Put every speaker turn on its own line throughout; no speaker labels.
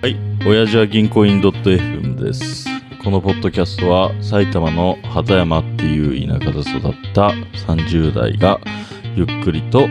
はい、親父は銀行員 .fm です。このポッドキャストは埼玉の鳩山っていう田舎で育った30代がゆっくりと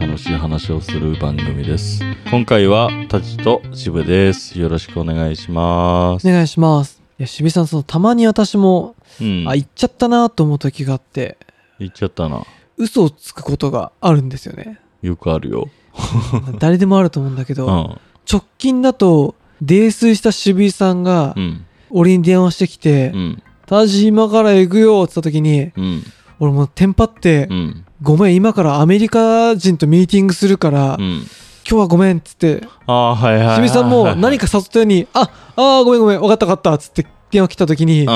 楽しい話をする番組です。今回はタチと渋です。よろしくお願いします。
お願いします。いや、渋井さん、その、たまに私も、
うん。
あ、行っちゃったなと思う時があって、
言っちゃったな。
嘘をつくことがあるんですよね。
よくあるよ。
誰でもあると思うんだけ
う
ど、
ん。
直近だと、泥酔した渋井さんが
う、ん。俺
俺に電話してきて、
うん。
タジ今から行くよって言った時に、
うん。
俺もうテンパって、
うん。
ごめん、今からアメリカ人とミーティングするから、
う
今
ん。
日はごめんっつって、
ああ、はいはいはいはい。
渋井さんも何か誘ったように、あ、あーごめんごめん、わかったわかったっつって電話来た時に、
う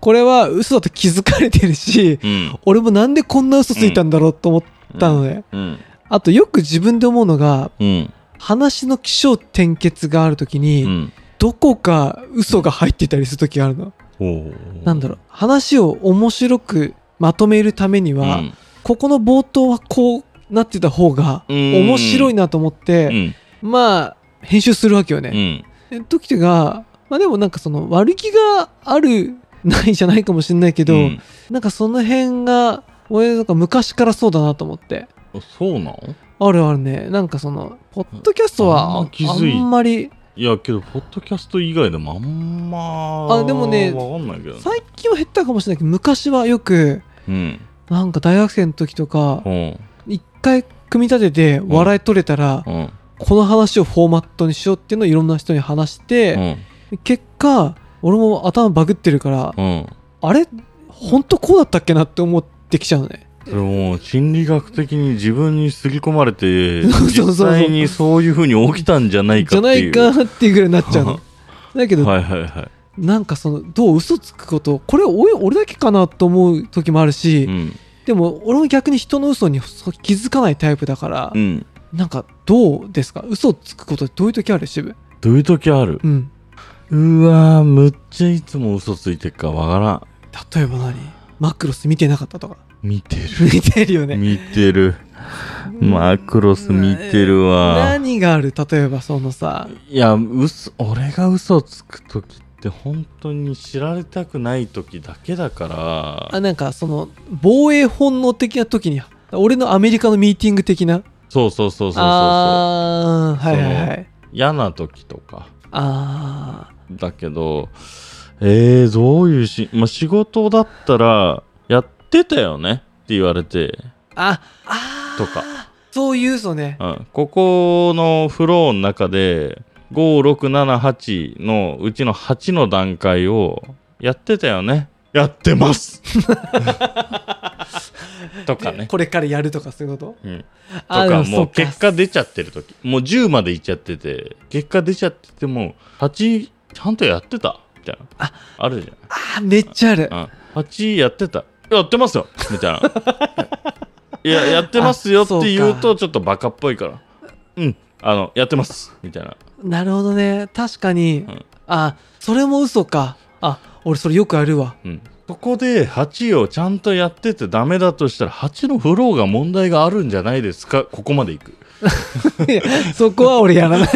これは嘘だと気づかれてるし、
ん。うん。
俺もなんでこんな嘘ついたんだろうと思ったのね、
うん。
あとよく自分で思うのが
うん。
話の起承転結がある時に、
うん。
どこか嘘が入ってたりする時があるの、
お
なんだろう話を面白くまとめるために
う
は、
ん
ここの冒頭はこうなってた方が
うん
面白いなと思っ
う
て、
ん。
まあ編集するわけよ
う
ね、
ん。
え時々がまあでもなんかその悪気があるないじゃないかもしれないけど、
うん
なんかその辺が俺なんか昔からそうだなと思って
あそうなの
あるあるねなんかそのポッドキャストは
あ
あ
んま気づい
あんまり
いやけどポッドキャスト以外でもあんま
あでもね
わかんないけどね
最近は減ったかもしれないけど昔はよく
うん
なんか大学生の時とか
うん
一回組み立てて笑い取れたら、
うん
この話をフォーマットにしようっていうのをいろんな人に話して、結果俺も頭バグってるから、
うんうん
あれ本当こうだったっけなって思ってきちゃうのね
それもう心理学的に自分にすり込まれて
そうそうそう
実際にそういうふうに起きたんじゃない
じ
か
ゃ
って
ないいうかなっていうぐらいになっちゃ うのだけど
はいはいは
なんかそのどう嘘つくことこれおい俺だけかなと思う時もあるし、
いうん
でも俺も逆に人の嘘にそ気づかないタイプだから
う、ん
なんかどうですか嘘をつくことってどういう時ある渋
どういう時ある
うん
うわーむっちゃいつも嘘ついてっかわからん
例えば何マクロス見てなかったとか
見てる
見てるよね
見てるマクロス見てるわ
何がある例えばそのさ
いや嘘俺が嘘つく時って本当に知られたくない時だけだか
あ
ら
なんかその防衛本能的な時に俺のアメリカのミーティング的な
そうそうそうそうそうそう
ああはいはいはい
嫌な時とか
ああ
だけどえー、どういうし、まあ、仕事だったらやってたよねって言われて、
ああー
とか
そういう嘘ね
うん、ここのフローの中で5678のうちの8の段階をやってたよねやってますとかね
これからやるとかそういうこと
うん、と
あで
か
も
も
そう
結果出ちゃってる時もう10までいっちゃってて結果出ちゃってても8ちゃんとやってたみたいな
あ
あるじ
あーめっちゃある
ゃん、うん、8やってたやってますよみたいな いややってますよって言う
そ
と
う
ちょっとバカっぽいからうんあのやってますみたいな
なるほどね確かに、
ん
あそれも嘘かあ俺それよくやるわ
うんそこで8をちゃんとやっててダメだとしたら8のフローが問題があるんじゃないですかここまでいく
いやそこは俺やらない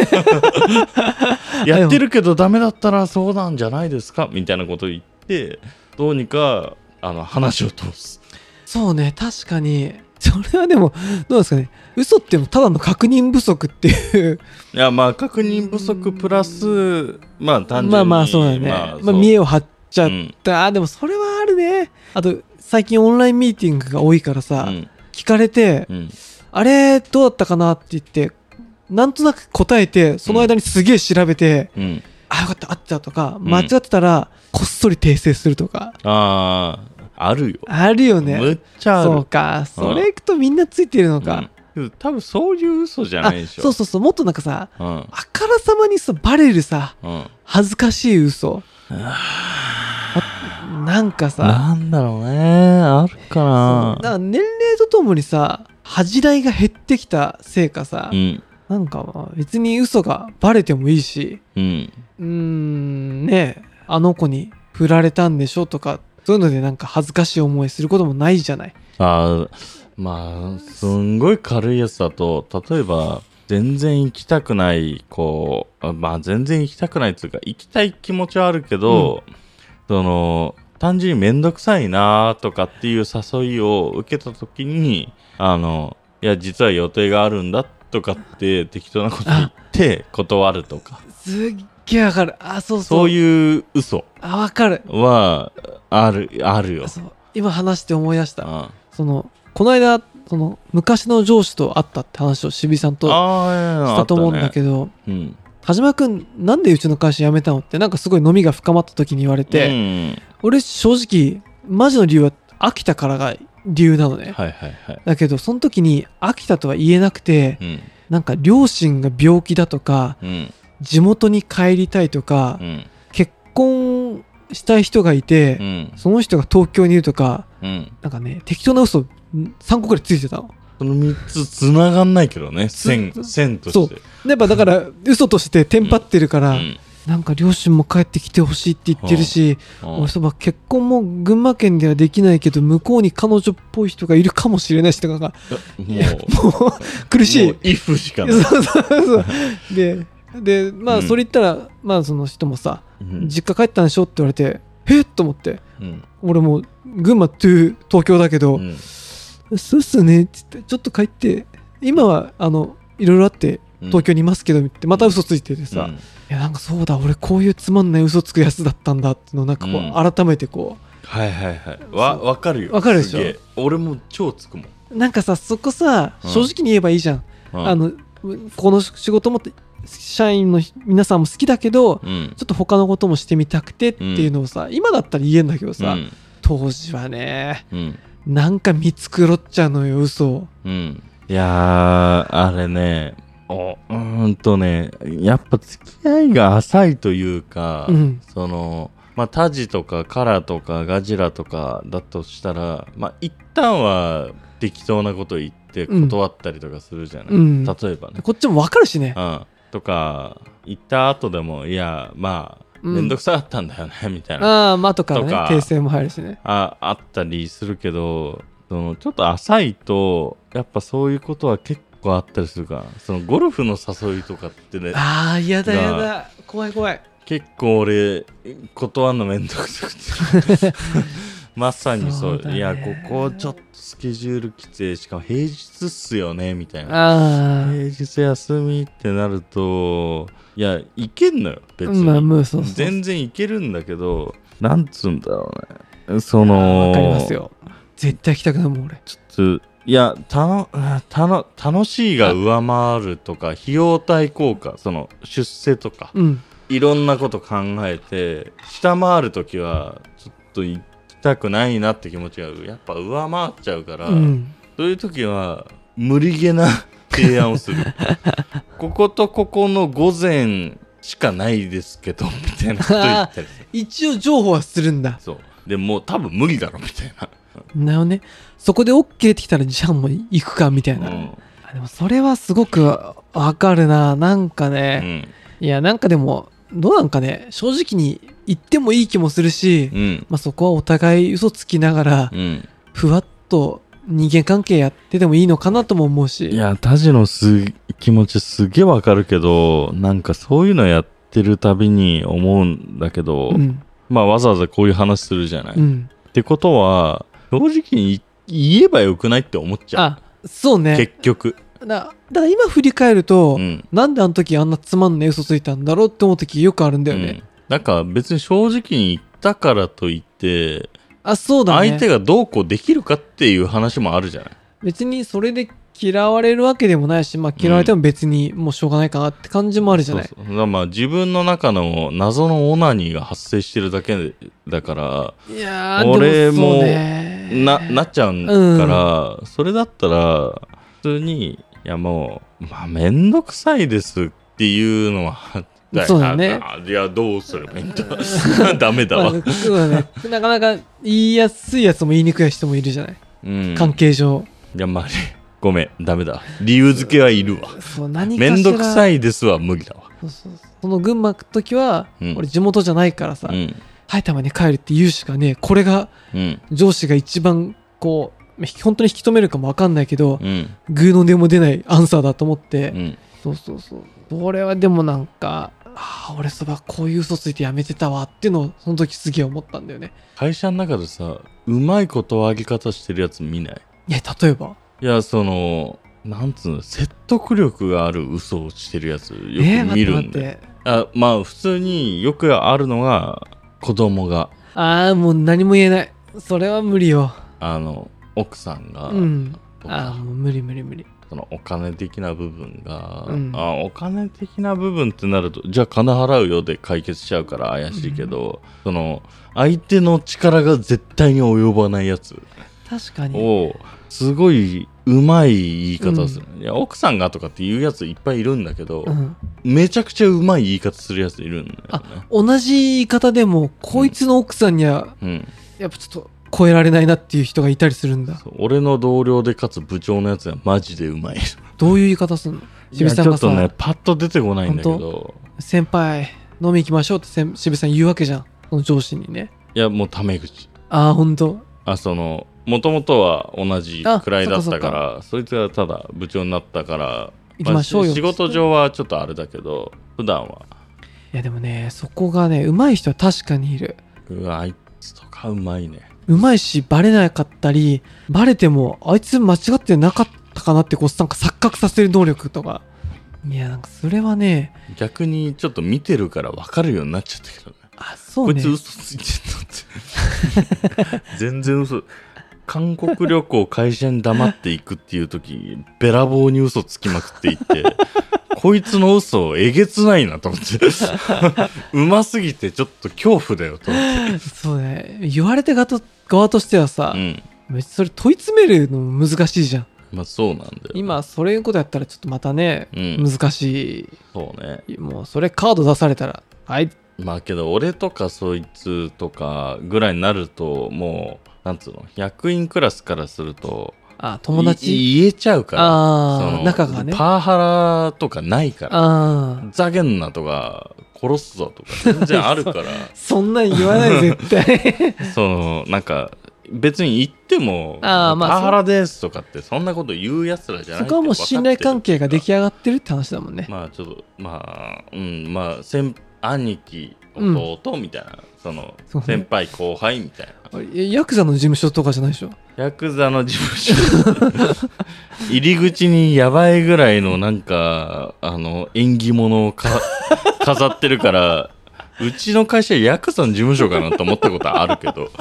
やってるけどダメだったらそうなんじゃないですかみたいなことを言ってどうにかあの話を通す
そうね確かにそれはでもどうですかね嘘っていうのはただの確認不足っていう
いやまあ確認不足プラスまあ単純に
まあまあそうだね、まあ、見
え
栄を張っち
ち
ゃった、あでもそれはあるねあと最近オンラインミーティングが多いからさ、
うん
聞かれて、
うん
あれどうだったかなって言ってなんとなく答えてその間にすげえ調べて、
うん
あよかった合ってたとか
ん
間違ってたら、こっそり訂正するとか
あああるよ
あるよ
む
ね
っちゃある
そうかそれいくとみんなついてるのか、
うん多分そういう嘘じゃな
あ
いでしょ
そうそうそうもっとなんかさ
う、ん
あからさまにさバレるさ
うん、
恥ずかしい嘘あなんかさ
なんだろうねあるか
そう
な
なんか年齢とともにさ恥じらいが減ってきたせいかさ、
うん
なんかまあ別に嘘がバレてもいいし
うん
うーんねえあの子に振られたんでしょとかそういうのでなんか恥ずかしい思いすることもないじゃない
あーまあすんごい軽いやつだと例えば全然行きたくない、こう、あまあ全然行きたくないっていうか、行きたい気持ちはあるけど、その、単純にめんどくさいなとかっていう誘いを受けた時に、あの、いや、実は予定があるんだとかって適当なこと言って断るとか、
すっげえわかるあそうそう
そういう嘘
あわかる
は、ある、あるよ
あ。そう今話して思い出した
あ
そのこの間その昔の上司と会ったって話を渋井さんとし
あー、
たと思うんだけど、
ど。うん。
田島君なんでうちの会社辞めたのってなんかすごい飲みが深まった時に言われて、
うん
俺正直マジの理由は秋田からが理由なのね、
はいはいはい。
だけどその時に秋田とは言えなくて
うん。
なんか両親が病気だとか
うん。
地元に帰りたいとか、
うん。
結婚したい人がいて、
うん。
その人が東京にいるとか
うん。
なんかね適当な嘘3個くらいついてたの
その3つつながんないけどね線線として
やっぱだから嘘としてテンパってるから、
うん
なんか両親も帰ってきてほしいって言ってるし、
うん
俺そうば結婚も群馬県ではできないけど向こうに彼女っぽい人がいるかもしれないしとかが
いやもう
もう苦しい
もう if しかない
そうそう そうででま
う
あ
ん
それ言ったら、まあその人もさ
うん
実家帰ったんでしょって言われてえっと思って
うん
俺も群馬 to 東京だけど、
うん
そうっすよねっつってちょっと帰って今はあのいろいろあって東京にいますけどってまた嘘ついててさ、
う
い
ん
やなんかそうだ俺こういうつまんない嘘つくやつだったんだってのなんかこう、
うん
改めてこ
はいはいはいわわかるよ
わかるでしょ
すげえ俺も超つくもん
うなんかさそこさ
うん
正直に言えばいいじゃん、
うん
あのこの仕事も社員の皆さんも好きだけど、
うん
ちょっと他のこともしてみたくてっていうのをさ、今だったら言えんだけどさ、
うん
当時はね
うん
なんか見繕っちゃうのよ嘘を
うんいやーあれねおうーんとねやっぱ付き合いが浅いというか
うん
そのまあタジとかカラとかガジラとかだとしたらまあ一旦は適当なこと言って断ったりとかするじゃない、
うん
例えばね、
こっちも分かるしね
うん、とか言った後でもいやまあ
うん
面倒くさかったんだよね、 みたいな
ああまあとかね
とか
訂正も入るしね
ああったりするけどそのちょっと浅いとやっぱそういうことは結構あったりするからそのゴルフの誘いとかってね
ああやだ
が
やだ怖い怖い
結構俺断んのめんどくさくてまさにそう
そうだね
いやここちょっとスケジュール規制しかも平日っすよねみたいな
ああ
平日休みってなるといや行けんのよ別に、
まあもうそうそう
全然行けるんだけどなんつうんだろうねその
わかりますよ絶対行きたくないもん俺
ちょっといやたのたの楽しいが上回るとか費用対効果その出世とか
うん
いろんなこと考えて下回るときはちょっと行きたくないなって気持ちがやっぱ上回っちゃうから、
うん
そういう時は無理げな提案を するこことここの午前しかないですけどみたいなこと言ったりする
一応情報はするんだ
そうでもう多分無理だろみたい
なよねそこで OK 出てきたらじゃあもう行くかみ たいな、
な、うん
あでもそれはすごくわかるななんか
う
ね、
ん
いやなんかでもどうなんかね正直に言ってもいい気もするし、
うん
まあそこはお互い嘘つきながら
うん、
ふわっと人間関係やっててもいいのかなとも思うし
いやタジのす気持ちすげえわかるけどなんかそういうのやってるたびに思うんだけど、
うん
まあわざわざこういう話するじゃない。
う
っ
ん
てことは、正直に言えばよくないって思っちゃう。
あそうね
結局。
だだから今振り返ると、
うん。
なんであの時あんなつまんねえ嘘ついたんだろうって思う時よくあるんだよ
う
ね
ん。なんか別に正直に言ったからといって、
あそうだね
相手がどうこうできるかっていう話もあるじゃない。
別にそれで嫌われるわけでもないし、まあ、嫌われても別にもうしょうがないかなって感じもあるじゃない、
そうそうだからまあ自分の中の謎のオナニーが発生してるだけでだから、
いやー
俺
でもそう
も
ね
な、なっちゃうから、それだったら、普通に、いやもう、まあ、めんどくさいですっていうのは、
そうだね
あいや、どうすればいいんだ。 ダメだ
まあ
わ。
そうだねなかなか言いやすいやつも言いにくい人もいるじゃない、
うん。
関係上
いや、まあ、ごめん、ダメだ。理由付けはいるわ。
そう何かし
め
ら
んどくさ
い
いですは無理だわ。
そうそうその群馬の時は、
うん
俺地元じゃないからさ、
うん。
埼玉に帰るって言うしかねえこれが
うん。
上司が一番こうまあ本当に引き止めるかも分かんないけど
う、ん。
グーの音も出ないアンサーだと思って、
うん。
そうそうそうこれはでもなんかああ俺そばこういう嘘ついてやめてたわっていうのをその時すげえ思ったんだよね
会社の中でさうまい断り方してるやつ見ない
いや例えば
いやそのなんつうの説得力がある嘘をしてるやつよ
え
く見るんだよ、
待って待って
あまあ普通によくあるのが子供が
ああもう何も言えないそれは無理よ
あの奥さんが、
うん
と
ああ
か
もう無理無理無理
そのお金的な部分が、
うん
あお金的な部分ってなるとじゃあ金払うよで解決しちゃうから怪しいけど、その相手の力が絶対に及ばないやつ
確かに
をすごいうまい言い方をする、いや奥さんがとかっていうやついっぱいいるんだけど、
うん
めちゃくちゃうまい言い方するやついるんだよね。
同じ言い方でもこいつの奥さんには
うん、
やっぱちょっと超えられないなっていう人がいたりするんだ
そう俺の同僚でかつ部長のやつはマジでうまい。
どういう言い方すんの
い
渋
やち
井さん
ょ
が
っと
さ、
ねパッと出てこないんだけど
先輩飲み行きましょうってせん渋井さん言うわけじゃんその上司にね
いやもうタメ口。
ああほんと
あそのもともとは同じくらいだったからそいつがただ部長になったから
行きましょうよ
あ仕事上はちょっとあれだけど普段はい
やでもねそこがね上手い人は確かにいる
うわあいつとかうまいね
上手いしバレなかったりバレてもあいつ間違ってなかったかなってこうなんか錯覚させる能力とかいやなんかそれはね
逆にちょっと見てるから分かるようになっちゃったけどね
あそ
こ
う
い
ね
つ嘘ついてんのって 全然嘘韓国旅行会社に黙って行くっていう時べらぼうに嘘つきまくっていってこいつの嘘えげつないなと思ってうますぎてちょっと恐怖だよと思って
そうね言われて側と側としてはさ、
うん
別にそれ問い詰めるのも難しいじゃん
まあそうなんだよ
今それいうことやったらちょっとまたね、
うん
難し
そうね
いもうそれカード出されたらはい
まあけど俺とかそいつとかぐらいになるともうなんつうの役員クラスからすると
あ友
い
達
言えちゃうからそ
あ
の
あ仲がねあ
パワハラとかないから
あー
ざけんなとか殺すぞとか全然あるから
そんなん言わない 絶対
そのなんか別に言っても
あーまあ
パワハラですとかってそんなこと言うやつらじゃない
そこはもう信頼関係が出来上がってるって話だもんね、
まあちょっとまあうんまあ先兄貴弟みたいな、その
そうね
先輩後輩みたいな
えヤクザの事務所とかじゃないでしょ
ヤクザの事務所 入り口にやばいぐらいのなんかあの縁起物をか 飾ってるからうちの会社ヤクザの事務所かなと思ったことあるけど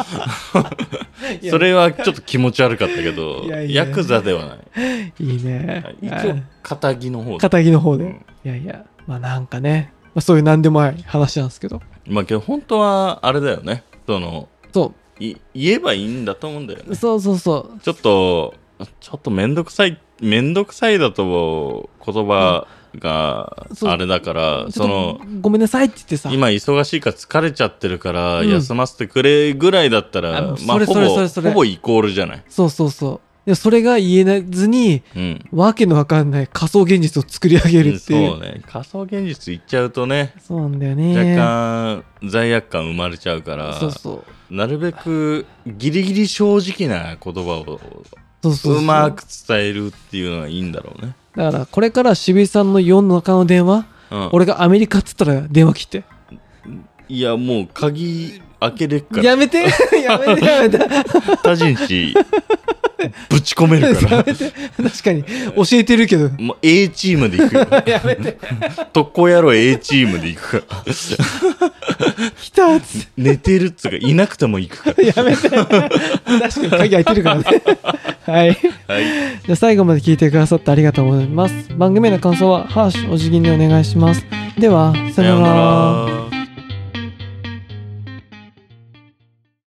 それはちょっと気持ち悪かったけど
いやいや
ヤクザではない
いいね
はい一応肩着の方で
肩の方で、
うん
いやいやまあなんかね、まあ、そういう何でもない話なんですけど
まあけど本当はあれだよねその
そ
い言えばいいんだと思うんだよ
う
ね
そうそうそう
ちょっとちょっとめんどくさいめんどくさいだと言葉が
うんそう
あれだから、
ちょ
そ
っと
の
ごめんなさいって言ってさ
今忙しいから疲れちゃってるから
うん
休ませてくれぐらいだったら、
あもう
ま
そ
あ
れ
ほ
それそ
ぼ
れそれ
ほぼイコールじゃない、
そうそうそうでもそれが言えずに
うん、
わけのわかんない仮想現実を作り上げるっていう、
そうね仮想現実行っちゃうとね
そうなんだよね
若干罪悪感生まれちゃうから、
そうそう
なるべくギリギリ正直な言葉を
そうそうそう
うまく伝えるっていうのはいいんだろうね、
だからこれから渋井さんの4の中の電話、
うん、
俺がアメリカっつったら電話切って
いやもう鍵開けれっから
やめ てやめてやめて
他人誌ぶち込めるか
や
ら
めて確かに教えてるけど
もう A チームで行く よ
やめて
特攻野郎 A チームで行くから
来たっつって
寝てるっつうかいなくても行くか
やめて確かに鍵開いてるからねはい
らはい
じゃあ最後まで聞いてくださってありがとうございます番組への感想はハーシュお辞儀にお願いしますでは
さ
さよ
よう
うなら
なら